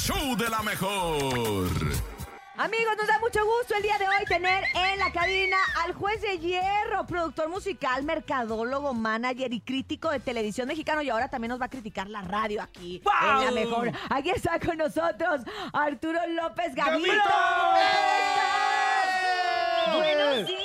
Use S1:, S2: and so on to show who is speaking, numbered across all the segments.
S1: Show de la mejor.
S2: Amigos, nos da mucho gusto el día de hoy tener en la cabina al juez de hierro, productor musical, mercadólogo, manager y crítico de televisión mexicano y ahora también nos va a criticar la radio aquí en la mejor. Aquí está con nosotros Arturo López Gavito.
S3: ¡Gavito!
S2: ¿Cómo estás?
S3: ¡Eh!
S2: Buenos días.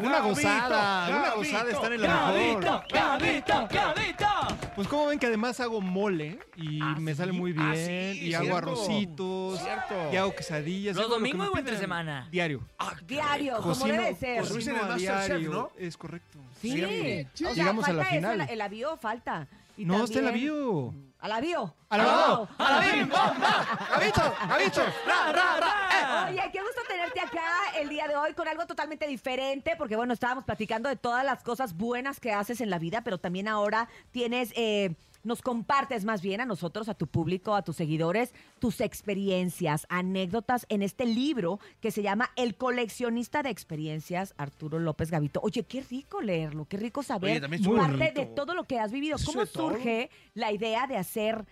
S4: Una
S3: Gabito,
S4: gozada, una
S3: Gabito,
S4: gozada estar en la mejor.
S3: Gabito, Gabito, Gabito.
S4: Pues como ven que además hago mole y me sale muy bien
S3: Ah, sí,
S4: y hago
S3: cierto.
S4: arrocitos
S3: Cierto.
S4: y hago quesadillas.
S3: ¿Los
S4: hago lo que
S3: domingos
S4: me
S3: o entre
S4: pidan
S3: semana?
S4: Diario.
S2: Diario, como
S4: Cocino,
S2: debe ser.
S4: cocino
S3: Luis en el
S4: a
S3: Masterchef,
S4: diario,
S3: ¿no?
S4: Es correcto.
S2: Sí. O sea,
S4: Llegamos a la
S2: falta eso,
S4: final.
S2: el- el avío falta. Y
S4: No, está el
S2: también-
S4: avío.
S2: Al avío.
S4: Al avío.
S2: Al avío.
S4: ¡Gabito! ¡Gabito!
S3: ¡Ra, ra,
S4: Ah.
S3: ra!
S2: Oye, qué gusto tenerte acá el día de hoy con algo totalmente diferente, porque bueno, estábamos platicando de todas las cosas buenas que haces en la vida, pero también ahora tienes, eh, nos compartes más bien a nosotros, a tu público, a tus seguidores, tus experiencias, anécdotas en este libro que se llama El coleccionista de experiencias, Arturo López Gavito. Oye, qué rico leerlo, qué rico saber
S3: Oye, también es
S4: muy
S2: parte
S4: bonito.
S2: de todo lo que has vivido.
S4: Eso
S2: ¿Cómo
S4: de todo.
S2: surge la idea de hacer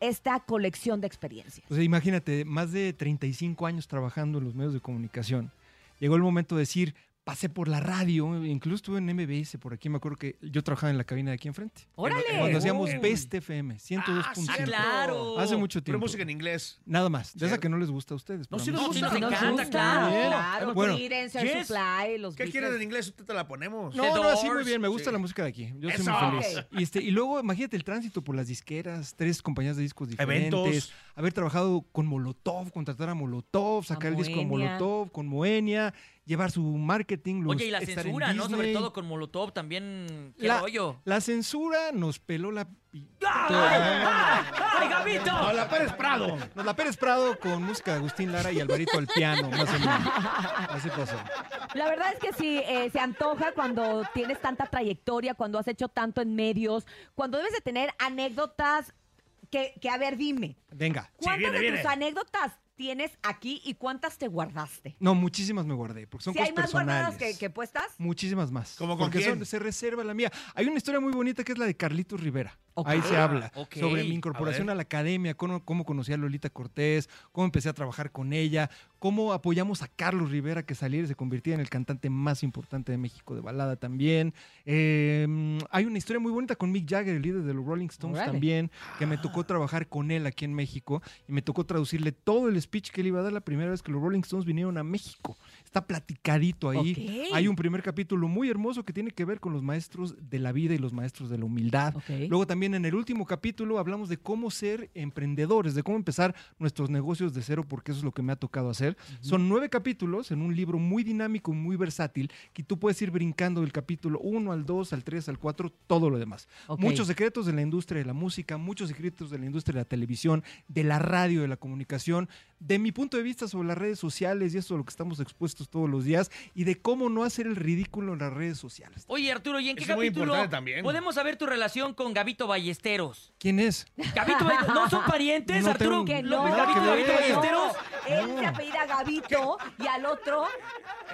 S2: esta colección de experiencias?
S4: O sea, imagínate, más de 35 años trabajando en los medios de comunicación. Llegó el momento de decir, pasé por la radio, incluso estuve en MBS por aquí, me acuerdo que yo trabajaba en la cabina de aquí enfrente.
S2: ¡Órale!
S4: Cuando hacíamos
S3: Uy.
S4: Best FM,
S3: Ah,
S4: 102.5.
S3: claro.
S4: Hace mucho tiempo.
S5: Pero música en inglés.
S4: Nada más, de esa
S5: Cierto.
S4: que no les gusta a ustedes.
S5: No,
S4: pero
S5: sí
S4: a mí
S5: nos
S3: No, sí
S5: gusta.
S3: nos
S5: Nos
S3: encanta,
S5: gusta.
S3: claro.
S2: Claro,
S4: Bueno,
S2: Creedence, Airsupply, los
S5: ¿Qué
S2: Beatles.
S5: quieres en inglés? Usted te la ponemos.
S3: The
S4: No, no, sí, muy
S3: Doors.
S4: bien. Me gusta
S5: Sí.
S4: la música de aquí. Yo soy
S5: Eso.
S4: muy feliz. Y, este, y luego, imagínate el tránsito por las disqueras, tres compañías de discos diferentes.
S5: Eventos.
S4: Haber trabajado con Molotov, contratar a Molotov, sacar el disco de
S2: Moenia.
S4: Molotov, con Moenia, llevar su marketing. los-
S3: Oye, y la
S4: estar en
S3: censura, ¿no? Sobre
S4: Disney.
S3: todo con Molotov también. ¡Qué
S4: La-
S3: rollo!
S4: La censura nos peló la... pi-
S3: ¡Ay, Gabito!
S5: ¡No, la Pérez Prado!
S4: Nos la Pérez Prado con música de Agustín Lara y Alvarito al piano, más o menos. Así pasó.
S2: La verdad es que sí, eh, se antoja cuando tienes tanta trayectoria, cuando has hecho tanto en medios, cuando debes de tener anécdotas que, que a ver, dime,
S4: Venga.
S2: ¿cuántas
S5: viene,
S2: de
S5: viene.
S2: tus anécdotas tienes aquí y cuántas te guardaste?
S4: No, muchísimas me guardé, porque son
S2: Si
S4: cosas
S2: hay más
S4: personales.
S2: guardadas que, que puestas,
S4: Muchísimas más.
S5: ¿Cómo con
S4: porque
S5: quién?
S4: son- se reserva la mía. Hay una historia muy bonita que es la de Carlitos Rivera.
S2: Ok.
S4: Ahí se habla
S3: ok.
S4: sobre mi incorporación
S5: A
S4: a, la academia, cómo, cómo conocí a Lolita Cortés, cómo empecé a trabajar con ella, cómo apoyamos a Carlos Rivera que saliera y se convirtiera en el cantante más importante de México de balada también. Eh, hay una historia muy bonita con Mick Jagger, el líder de los Rolling Stones
S2: Órale.
S4: también, que me tocó trabajar con él aquí en México y me tocó traducirle todo el speech que él iba a dar la primera vez que los Rolling Stones vinieron a México. Está platicadito ahí.
S2: Ok.
S4: Hay un primer capítulo muy hermoso que tiene que ver con los maestros de la vida y los maestros de la humildad.
S2: Ok.
S4: Luego también en el último capítulo hablamos de cómo ser emprendedores, de cómo empezar nuestros negocios de cero, porque eso es lo que me ha tocado hacer. Son nueve capítulos en un libro muy dinámico, muy versátil, que tú puedes ir brincando del capítulo uno al dos, al tres, al cuatro, todo lo demás.
S2: Ok.
S4: Muchos secretos de la industria de la música, muchos secretos de la industria de la televisión, de la radio, de la comunicación, de mi punto de vista sobre las redes sociales y eso a lo que estamos expuestos todos los días y de cómo no hacer el ridículo en las redes sociales.
S3: Oye, Arturo, ¿y en qué
S5: Es muy
S3: capítulo
S5: importante también.
S3: podemos saber tu relación con Gabito Ballesteros?
S4: ¿Quién es?
S3: ¿Gabito Ballesteros? ¿No son parientes,
S4: No
S3: Arturo?
S4: tengo-
S2: que
S4: no,
S2: no,
S3: ¿López
S4: nada
S3: Gavito y
S4: que
S3: Gabito
S4: ver.
S3: Ballesteros?
S2: él se apellida Gavito y al otro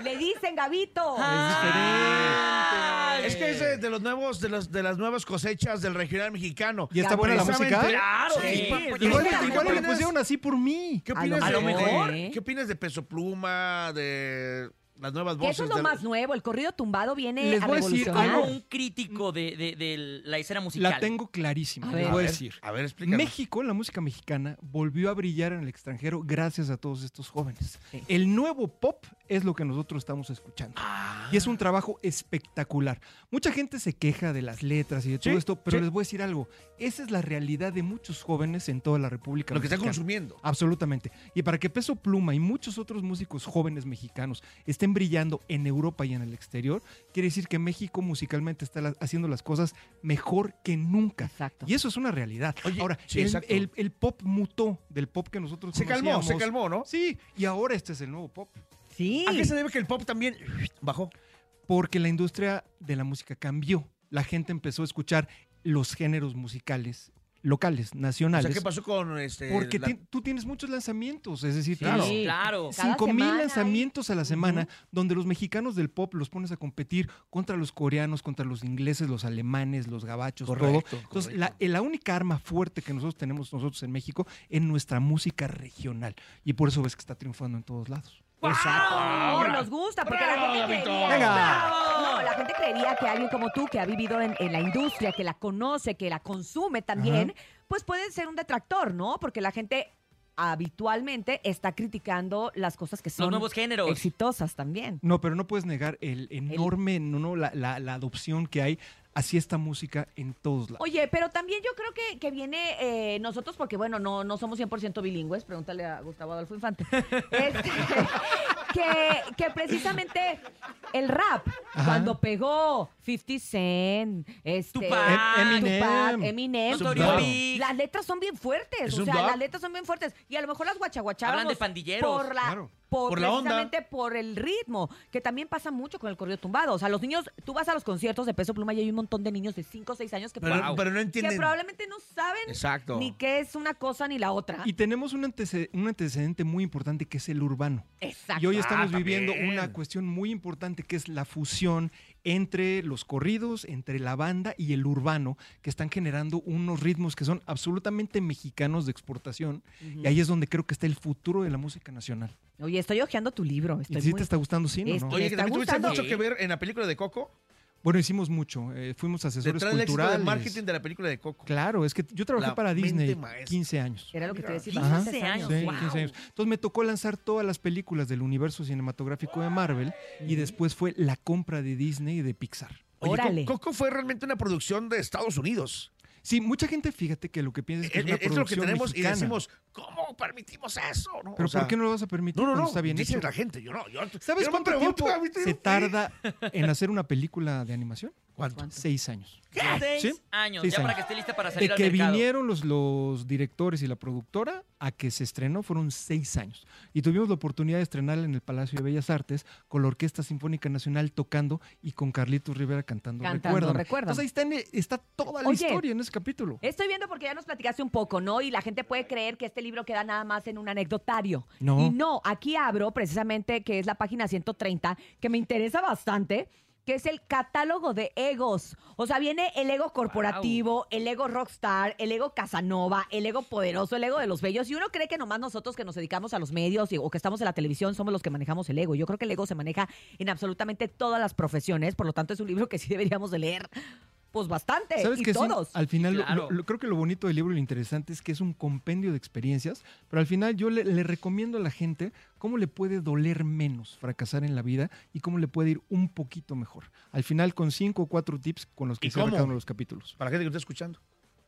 S2: le dicen Gavito.
S3: Ah,
S5: Es que es de, de los nuevos, de, los, de las nuevas cosechas del regional mexicano.
S4: ¿Y está buena la
S5: Precisamente-
S4: música?
S3: Claro,
S5: Sí.
S3: sí.
S5: Pa- pa-
S4: Igual,
S5: ¿qué
S4: igual le
S5: opinas-
S4: pusieron así por mí.
S5: ¿Qué
S2: Ah, A lo
S5: opinas, de,
S2: mejor.
S5: de- ¿Qué opinas de Peso Pluma, de las nuevas
S2: Que
S5: voces?
S2: eso es lo
S5: del-
S2: más nuevo, el corrido tumbado viene
S4: Les
S2: a
S4: voy a decir
S2: revolucionar.
S3: Como
S4: algo.
S3: un crítico de, de- de la escena musical.
S4: La tengo clarísima,
S2: A
S4: les
S2: ver.
S4: voy a decir.
S5: A ver, explícame.
S4: México, la música mexicana, volvió a brillar en el extranjero gracias a todos estos jóvenes. El nuevo pop es lo que nosotros estamos escuchando.
S5: Ah.
S4: Y es un trabajo espectacular. Mucha gente se queja de las letras y de todo esto, pero
S5: sí.
S4: les voy a decir algo. Esa es la realidad de muchos jóvenes en toda la República
S5: Lo que está
S4: Mexicana.
S5: consumiendo.
S4: Absolutamente. Y para que Peso Pluma y muchos otros músicos jóvenes mexicanos estén brillando en Europa y en el exterior, quiere decir que México musicalmente está la- haciendo las cosas mejor que nunca.
S2: Exacto.
S4: Y eso es una realidad.
S5: Oye,
S4: ahora,
S5: sí,
S4: el,
S5: exacto.
S4: el- el pop mutó del pop que nosotros
S5: Se calmó, se
S4: conocíamos.
S5: calmó, ¿no?
S4: Sí, y ahora este es el nuevo pop.
S2: Sí.
S5: ¿A qué se debe que el pop también bajó?
S4: Porque la industria de la música cambió. La gente empezó a escuchar los géneros musicales locales,
S5: O
S4: nacionales.
S5: sea, ¿qué pasó con este?
S4: Porque
S5: la-
S4: ti- tú tienes muchos lanzamientos, es decir,
S2: Claro.
S4: tienes
S3: claro.
S2: Cada
S4: 5 mil
S2: semana, ¿eh?
S4: lanzamientos a la semana, donde los mexicanos del pop los pones a competir contra los coreanos, contra los ingleses, los alemanes, los gabachos,
S5: Correcto,
S4: todo. Entonces,
S5: correcto.
S4: la, eh, la única arma fuerte que nosotros tenemos nosotros en México es nuestra música regional. Y por eso ves que está triunfando en todos lados.
S2: ¡Wow! Nos gusta, porque la gente creería.
S4: Venga.
S2: No, la gente creería que alguien como tú, que ha vivido en, en la industria, que la conoce, que la consume también, pues puede ser un detractor, ¿no? Porque la gente habitualmente está criticando las cosas que son
S3: nuevos géneros.
S2: exitosas también.
S4: No, pero no puedes negar el enorme, no, no, la, la- la adopción que hay hacia esta música en todos lados.
S2: Oye, pero también yo creo que, que viene eh, nosotros, porque bueno, no, no somos 100% bilingües, pregúntale a Gustavo Adolfo Infante, Este, que, que precisamente el rap,
S4: Ajá.
S2: cuando pegó 50 Cent, este,
S3: Tupac.
S4: Em- Eminem.
S2: Tupac, Eminem,
S3: Notorious
S2: Tupac,
S3: Big.
S2: las letras son bien fuertes,
S5: Es
S2: o
S5: un
S2: sea,
S5: rap.
S2: las letras son bien fuertes, y a lo mejor las guachaguachábamos
S3: Hablan de pandilleros,
S2: por la...
S4: claro.
S2: Por,
S5: Por la onda.
S2: precisamente por el ritmo, que también pasa mucho con el corrido tumbado. O sea, los niños, tú vas a los conciertos de Peso Pluma y hay un montón de niños de 5 o 6 años que
S5: Pero,
S2: pueden-
S5: pero no
S2: que
S5: entienden.
S2: probablemente no saben
S5: Exacto.
S2: ni qué es una cosa ni la otra.
S4: Y tenemos un, antece- un antecedente muy importante que es el urbano.
S2: Exacto.
S4: Y hoy estamos
S5: Ah,
S4: viviendo
S5: también.
S4: una cuestión muy importante que es la fusión entre los corridos, entre la banda y el urbano, que están generando unos ritmos que son absolutamente mexicanos de exportación. Y ahí es donde creo que está el futuro de la música nacional.
S2: Oye, estoy ojeando tu libro.
S4: ¿Y
S2: Estoy
S4: si
S2: muy-
S4: te está gustando cine o no?
S2: Estoy-
S5: Oye,
S2: Me
S5: que
S2: está
S5: también tuviste
S2: gustando.
S5: mucho
S3: Sí.
S5: que ver en la película de Coco.
S4: Bueno, hicimos mucho. eh, fuimos asesores
S5: Detrás del éxito
S4: culturales.
S5: del marketing de la película de Coco.
S4: Claro, es que yo trabajé
S5: La
S4: para
S5: mente
S4: Disney
S5: maestra.
S4: 15 años.
S2: Era lo que te
S5: Mira,
S2: decía.
S3: quince
S2: bastantes
S3: años,
S4: Sí,
S3: wow.
S4: 15 años. Entonces me tocó lanzar todas las películas del universo cinematográfico de Marvel y después fue la compra de Disney y de Pixar.
S5: Oye,
S2: Órale.
S5: Co- Coco fue realmente una producción de Estados Unidos.
S4: Sí, mucha gente, fíjate que lo que piensa es que
S5: Es,
S4: es, una
S5: Eh, es lo que
S4: producción
S5: tenemos
S4: mexicana.
S5: y decimos, ¿cómo permitimos eso? ¿No?
S4: Pero
S5: O sea,
S4: ¿por qué no lo vas a permitir
S5: No, no,
S4: cuando
S5: no.
S4: está bien
S5: dice
S4: hecho?
S5: la gente, yo no. Yo,
S4: ¿Sabes
S5: yo no me
S4: cuánto
S5: pregunto,
S4: tiempo
S5: a mí te-
S4: se tarda en hacer una película de animación?
S5: ¿Cuánto?
S4: Seis años.
S3: Seis
S4: ¿Sí?
S3: años.
S4: Seis
S3: ya para
S4: años.
S3: que esté lista para
S4: De
S3: salir al
S4: que
S3: mercado.
S4: vinieron los, los directores y la productora a que se estrenó fueron seis años. Y tuvimos la oportunidad de estrenarla en el Palacio de Bellas Artes con la Orquesta Sinfónica Nacional tocando y con Carlitos Rivera cantando,
S2: Cantando,
S4: Recuérdame.
S2: Recuérdame.
S4: Entonces ahí está, en- e, está toda la
S2: Oye.
S4: historia en ese capítulo.
S2: Estoy viendo porque ya nos platicaste un poco, ¿no? Y la gente puede creer que este libro queda nada más en un anecdotario.
S4: No.
S2: Y no, aquí abro precisamente que es la página 130, que me interesa bastante, que es el catálogo de egos. O sea, viene el ego corporativo, el ego rockstar, el ego casanova, el ego poderoso, el ego de los bellos. Y uno cree que nomás nosotros que nos dedicamos a los medios y- o que estamos en la televisión somos los que manejamos el ego. Yo creo que el ego se maneja en absolutamente todas las profesiones, por lo tanto es un libro que sí deberíamos de leer. Pues bastante.
S4: ¿Sabes
S2: y
S4: qué? Sí,
S2: todos.
S4: al final, lo-
S3: Claro.
S4: lo- lo- creo que lo bonito del libro y lo interesante es que es un compendio de experiencias, pero al final yo le, le recomiendo a la gente cómo le puede doler menos fracasar en la vida y cómo le puede ir un poquito mejor. Al final, con cinco o cuatro tips con los que
S5: ¿Y
S4: cierra
S5: cómo?
S4: cada uno de los capítulos.
S5: Para la gente que está escuchando.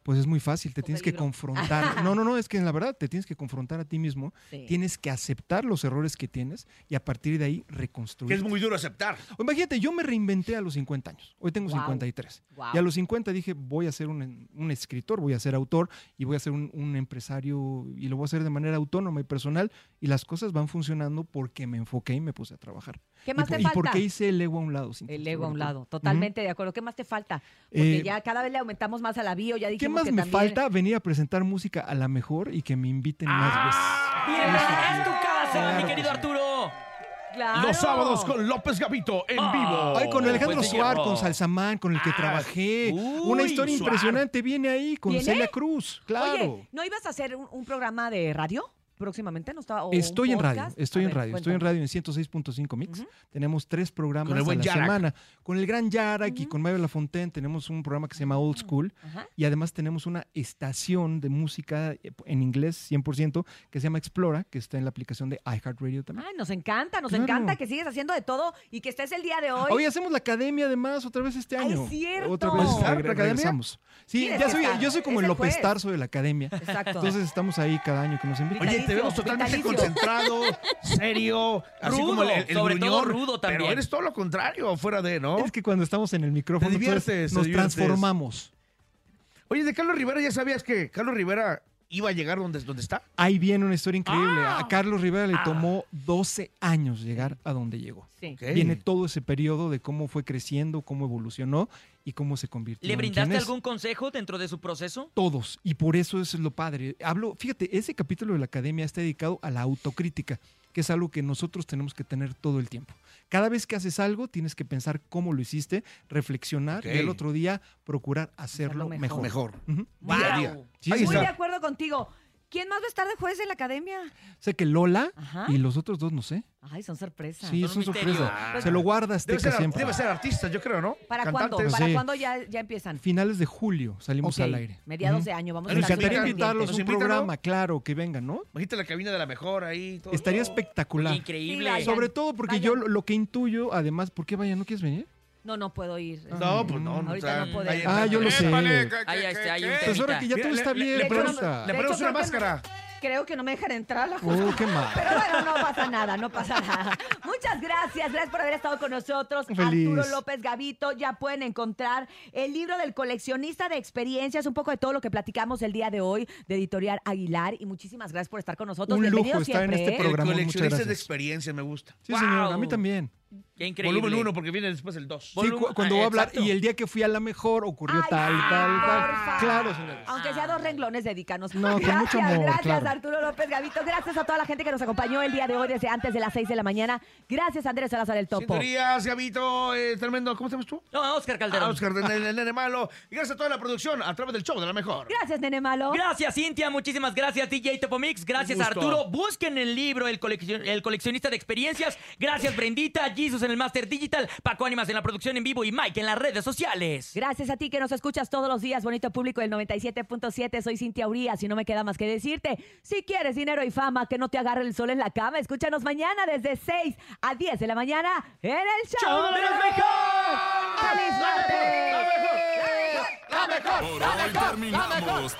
S4: Pues es muy fácil, te
S2: Con
S4: tienes que
S2: peligro.
S4: confrontar. No, no, no, es que la verdad te tienes que confrontar a ti mismo,
S2: Sí.
S4: tienes que aceptar los errores que tienes y a partir de ahí
S5: Que
S4: reconstruir.
S5: es muy duro aceptar.
S4: O Imagínate, yo me reinventé a los 50 años. Hoy tengo
S2: Guau.
S4: 53.
S2: Guau.
S4: Y a los 50 dije, voy a ser un, un escritor, voy a ser autor y voy a ser un, un empresario y lo voy a hacer de manera autónoma y personal. Y las cosas van funcionando porque me enfoqué y me puse a trabajar.
S2: ¿Qué más
S4: y, por-
S2: te
S4: y
S2: falta?
S4: porque hice el ego a un lado. Cintia,
S2: El
S4: estoy
S2: ego a
S4: de
S2: un
S4: acuerdo.
S2: lado, totalmente de acuerdo. ¿Qué más te falta? Porque
S4: Eh,
S2: ya cada vez le aumentamos más a la bio, ya
S4: ¿Qué
S2: dijimos
S4: más
S2: que
S4: me
S2: también-
S4: falta? Venir a presentar música a la mejor y que me inviten más
S2: Ah,
S4: veces.
S3: Bienvenida a tu casa,
S4: Claro
S3: mi
S4: que
S3: querido
S4: sí.
S3: Arturo.
S2: ¡Claro!
S5: Los sábados con López Gavito en
S3: Ah.
S5: vivo.
S4: Ay, con Alejandro
S3: Buen
S4: Suar,
S3: tiempo.
S4: con Salsamán, con el que
S5: Pues Ah,
S4: trabajé.
S5: uy,
S4: Una historia
S5: Suar.
S4: impresionante viene ahí con
S2: ¿Viene?
S4: Celia Cruz. Claro.
S2: Oye, ¿no ibas a hacer un, un programa de radio próximamente? ¿No estaba, o un
S4: Estoy en radio,
S2: podcast?
S4: estoy
S2: A
S4: en
S2: ver,
S4: radio, estoy en
S2: cuéntame.
S4: radio en 106.5 Mix. Tenemos tres programas
S5: Con el
S4: a
S5: buen
S4: la
S5: Yarak.
S4: semana. Con el gran Yarak y con Mario Lafontaine tenemos un programa que se llama
S2: Ah.
S4: Old School.
S2: Ajá.
S4: Y además tenemos una estación de música eh, en inglés 100% que se llama Explora, que está en la aplicación de iHeartRadio también.
S2: Ay, nos encanta, nos
S4: Claro.
S2: encanta que sigues haciendo de todo y que estés el día de hoy.
S4: Hoy hacemos la academia además otra vez este
S2: Ah, ¡Ay,
S4: año.
S2: es cierto!
S4: Otra vez
S2: ¿Va a estar
S4: regre-
S5: la academia?
S4: regresamos. Sí,
S2: Tienes
S4: ya
S2: que
S4: soy,
S2: estar.
S4: yo soy como
S2: Es
S4: el
S2: el juez.
S4: López Tarso de la academia.
S2: Exacto.
S4: Entonces estamos ahí cada año que nos invitan.
S5: Oye, te vemos totalmente
S2: Vitalicio.
S5: concentrado, serio, así
S3: Rudo,
S5: como el, el- el
S3: sobre todo
S5: gruñón,
S3: rudo también.
S5: Pero eres todo lo contrario, fuera de, ¿no?
S4: Es que cuando estamos en el micrófono
S5: Te
S4: entonces
S5: diviertes, te
S4: nos
S5: diviertes.
S4: transformamos.
S5: Oye, de Carlos Rivera, ¿ya sabías que Carlos Rivera iba a llegar donde, donde está?
S4: Ahí viene una historia increíble. A Carlos Rivera le tomó 12 años llegar a donde llegó.
S2: Sí.
S5: Ok.
S4: Viene todo ese periodo de cómo fue creciendo, cómo evolucionó y y cómo se convirtió.
S3: ¿Le
S4: en quien
S3: brindaste
S4: es.
S3: algún consejo dentro de su proceso?
S4: Todos, y por eso es lo padre. Hablo, fíjate, ese capítulo de la academia está dedicado a la autocrítica, que es algo que nosotros tenemos que tener todo el tiempo. Cada vez que haces algo, tienes que pensar cómo lo hiciste, reflexionar
S5: Ok.
S4: y el otro día procurar hacerlo
S2: mejor.
S4: mejor.
S5: Mejor.
S4: Ujú.
S5: Wow. Día a día.
S4: Sí,
S5: Ahí
S2: Muy
S5: está.
S2: de acuerdo contigo. ¿Quién más va a estar de juez en la academia?
S4: Sé que Lola
S2: Ajá.
S4: y los otros dos, no sé.
S2: Ay, son sorpresas.
S4: Sí,
S3: Son
S4: es
S3: un
S4: una
S3: misterio.
S4: sorpresa.
S5: Ah.
S4: Se lo guarda
S5: Debe
S4: Azteca
S5: ser,
S4: siempre.
S5: debe ser artista, yo creo, ¿no?
S2: ¿Para cuándo?
S5: Cantantes.
S2: ¿Para
S4: Sí.
S2: cuándo ya, ya empiezan?
S4: Finales de julio salimos
S2: Ok,
S4: al aire.
S2: Mediados
S4: Ujú.
S2: de año, vamos a
S4: Me
S5: Nos
S2: estar
S4: encantaría
S2: súper
S4: invitarlos
S5: Nos
S4: a un
S5: invitan, ¿no?
S4: programa, claro, que vengan, ¿no?
S5: Imagínate la cabina de la mejor ahí. todo.
S4: Estaría espectacular. Ah,
S3: Increíble.
S2: vayan.
S4: Sobre todo porque
S2: Vayan.
S4: yo lo- lo que intuyo, además, ¿por qué vaya? ¿No quieres venir?
S2: pendientes. No, no puedo ir.
S5: No, pues no.
S2: Ahorita
S5: o sea,
S2: no podemos.
S5: ahí-
S4: Ah, yo lo sé.
S3: Ahí está, ahí está.
S4: Pues ahora que ya
S5: Mira,
S4: todo
S5: le-
S4: está
S5: le-
S4: bien,
S5: le
S4: pero
S5: ponemos-
S4: está-
S5: Le
S2: De hecho,
S5: ponemos una
S2: creo que no-
S5: máscara.
S2: Creo que no me dejan entrar la jueza.
S4: Oh, qué mal.
S2: Pero bueno, no pasa nada, no pasa nada. Muchas gracias, gracias por haber estado con nosotros.
S4: Feliz.
S2: Arturo López Gavito, ya pueden encontrar el libro del coleccionista de experiencias, un poco de todo lo que platicamos el día de hoy de Editorial Aguilar. Y muchísimas gracias por estar con nosotros.
S4: Un lujo
S2: Bienvenido
S4: estar en
S2: siempre,
S4: este
S2: ¿eh?
S5: El
S4: Programón, muchas
S5: coleccionista de
S4: gracias.
S5: experiencia, me gusta.
S4: Sí, señor, a mí
S3: Wow.
S4: también.
S3: Qué increíble.
S5: Volumen
S4: pues.
S5: 1, porque viene después el 2.
S4: Sí, cu-
S3: Volumen-
S4: cuando va a hablar,
S3: Exacto.
S4: y el día que fui a la mejor ocurrió
S2: Ay, ah,
S4: tal, tal,
S2: porfa.
S4: tal. Claro, señores.
S2: Aunque sea dos renglones, dedícanos.
S4: No, con
S2: gracias,
S4: mucho amor,
S2: Gracias,
S4: claro.
S2: Arturo López Gavito. Gracias a toda la gente que nos acompañó el día de hoy desde antes de las 6 de la mañana. Gracias, Andrés Salazar el Topo.
S5: Cinturías, Gabito, eh, tremendo. ¿Cómo te llamas tú?
S3: No, Oscar Calderón.
S5: Ah, Oscar, el nene, nene malo. Y gracias a toda la producción a través del show de la mejor.
S2: Gracias, Nene Malo.
S3: Gracias, Cintia. Muchísimas gracias, DJ Topomix. Gracias,
S5: Un gusto.
S3: Arturo. Busquen el libro, el, coleccion- el coleccionista de experiencias. Gracias, Brendita. Jesus en el Master Digital. Paco Ánimas en la producción en vivo y Mike en las redes sociales.
S2: Gracias a ti que nos escuchas todos los días, bonito público del 97.7. Soy Cintia Urias y no me queda más que decirte, si quieres dinero y fama, que no te agarre el sol en la cama, escúchanos mañana desde 6 a 10 de la mañana en el show, de la mejor. ¡Feliz martes!
S1: Por hoy terminamos.